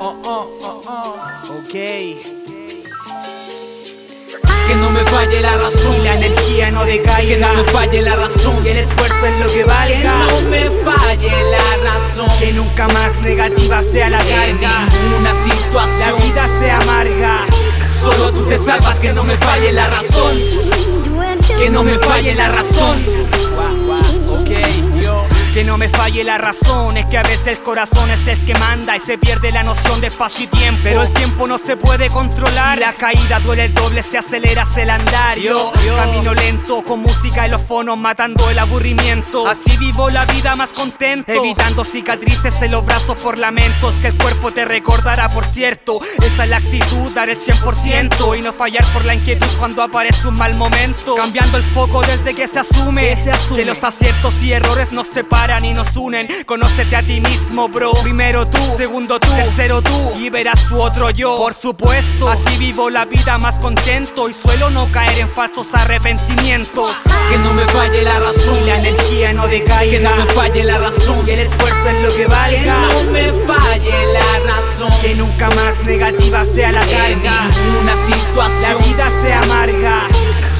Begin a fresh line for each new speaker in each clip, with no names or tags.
oh, oh, oh, oh. Ok. Que no me falle la razón,
Y la energía no
que
decaiga.
no me falle la razón,
Y el esfuerzo es lo que valga.
que no me falle la razón,
Que nunca más negativa sea la
que
carga.
ninguna
La
situación,
vida sea amarga.
solo tú te salvas, que no me falle la razón, que no me falle la razón.
Ok, yo. Que no me falle la razón, es que a veces el corazón es el que manda y se pierde la noción de espacio y tiempo. Pero el tiempo no se puede controlar, la caída duele el doble, se acelera hacia el andar. Yo,
Yo.
camino lento, con música y los fonos matando el aburrimiento. Así vivo la vida más contento, evitando cicatrices en los brazos por lamentos que el cuerpo te recordará, por cierto. Esa es la actitud, dar el 100% y no fallar por la inquietud cuando aparece un mal momento. Cambiando el foco desde que se asume,
Que se asume.
que los aciertos y errores nos separan y nos unen. Conócete a ti mismo, bro. Primero tú, segundo tú, tercero tú y verás tu otro yo. Por supuesto, así vivo la vida más contento y suelo no caer en falsos arrepentimientos.
Que no me falle la razón,
Y la energía no decaiga.
Que no me falle la razón,
Y el
que
esfuerzo es lo que valga.
no me falle la razón,
Que nunca más negativa sea la
que
carga.
ninguna
La
situación,
vida sea amarga.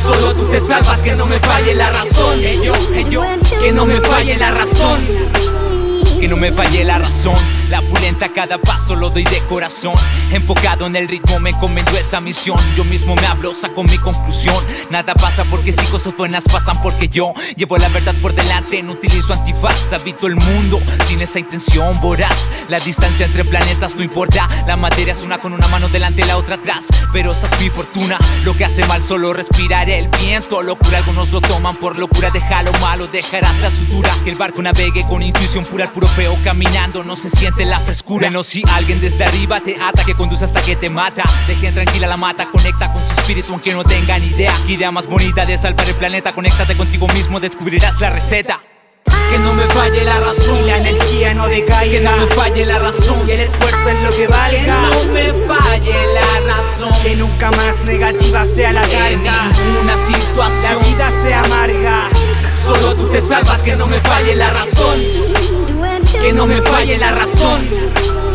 solo tú te salvas, que no me falle la razón, eh, yo, eh, yo, que no me falle la razón. Que no me falle la razón, la pulenta a cada paso lo doy de corazón. Enfocado en el ritmo me encomendó esa misión. Yo mismo me hablo, saco mi conclusión. Nada pasa porque si cosas buenas pasan porque yo llevo la verdad por delante, no utilizo antifaz. Habito el mundo sin esa intención voraz. La distancia entre planetas no importa. La materia es una con una mano delante y la otra atrás. Pero esa es mi fortuna. Lo que hace mal solo respirar el viento. Locura, algunos lo toman por locura. Déjalo malo, dejarás la sutura. Que el barco navegue con intuición pura, el puro feo caminando. No se siente la frescura. Menos si alguien desde arriba te ata, que conduce hasta que te mata. Dejen tranquila la mata, conecta con su espíritu, aunque no tengan idea. Idea más bonita de salvar el planeta. Conéctate contigo mismo, descubrirás la receta. Que no me falle la razón,
Y la energía no decaiga.
que no me falle la razón,
Y el esfuerzo es lo que
que
valga.
no me falle la razón.
Que nunca más negativa sea la
Que
carga.
ninguna
La
situación
vida sea amarga.
Solo tú te salvas, que no me falle la razón Que no me falle la razón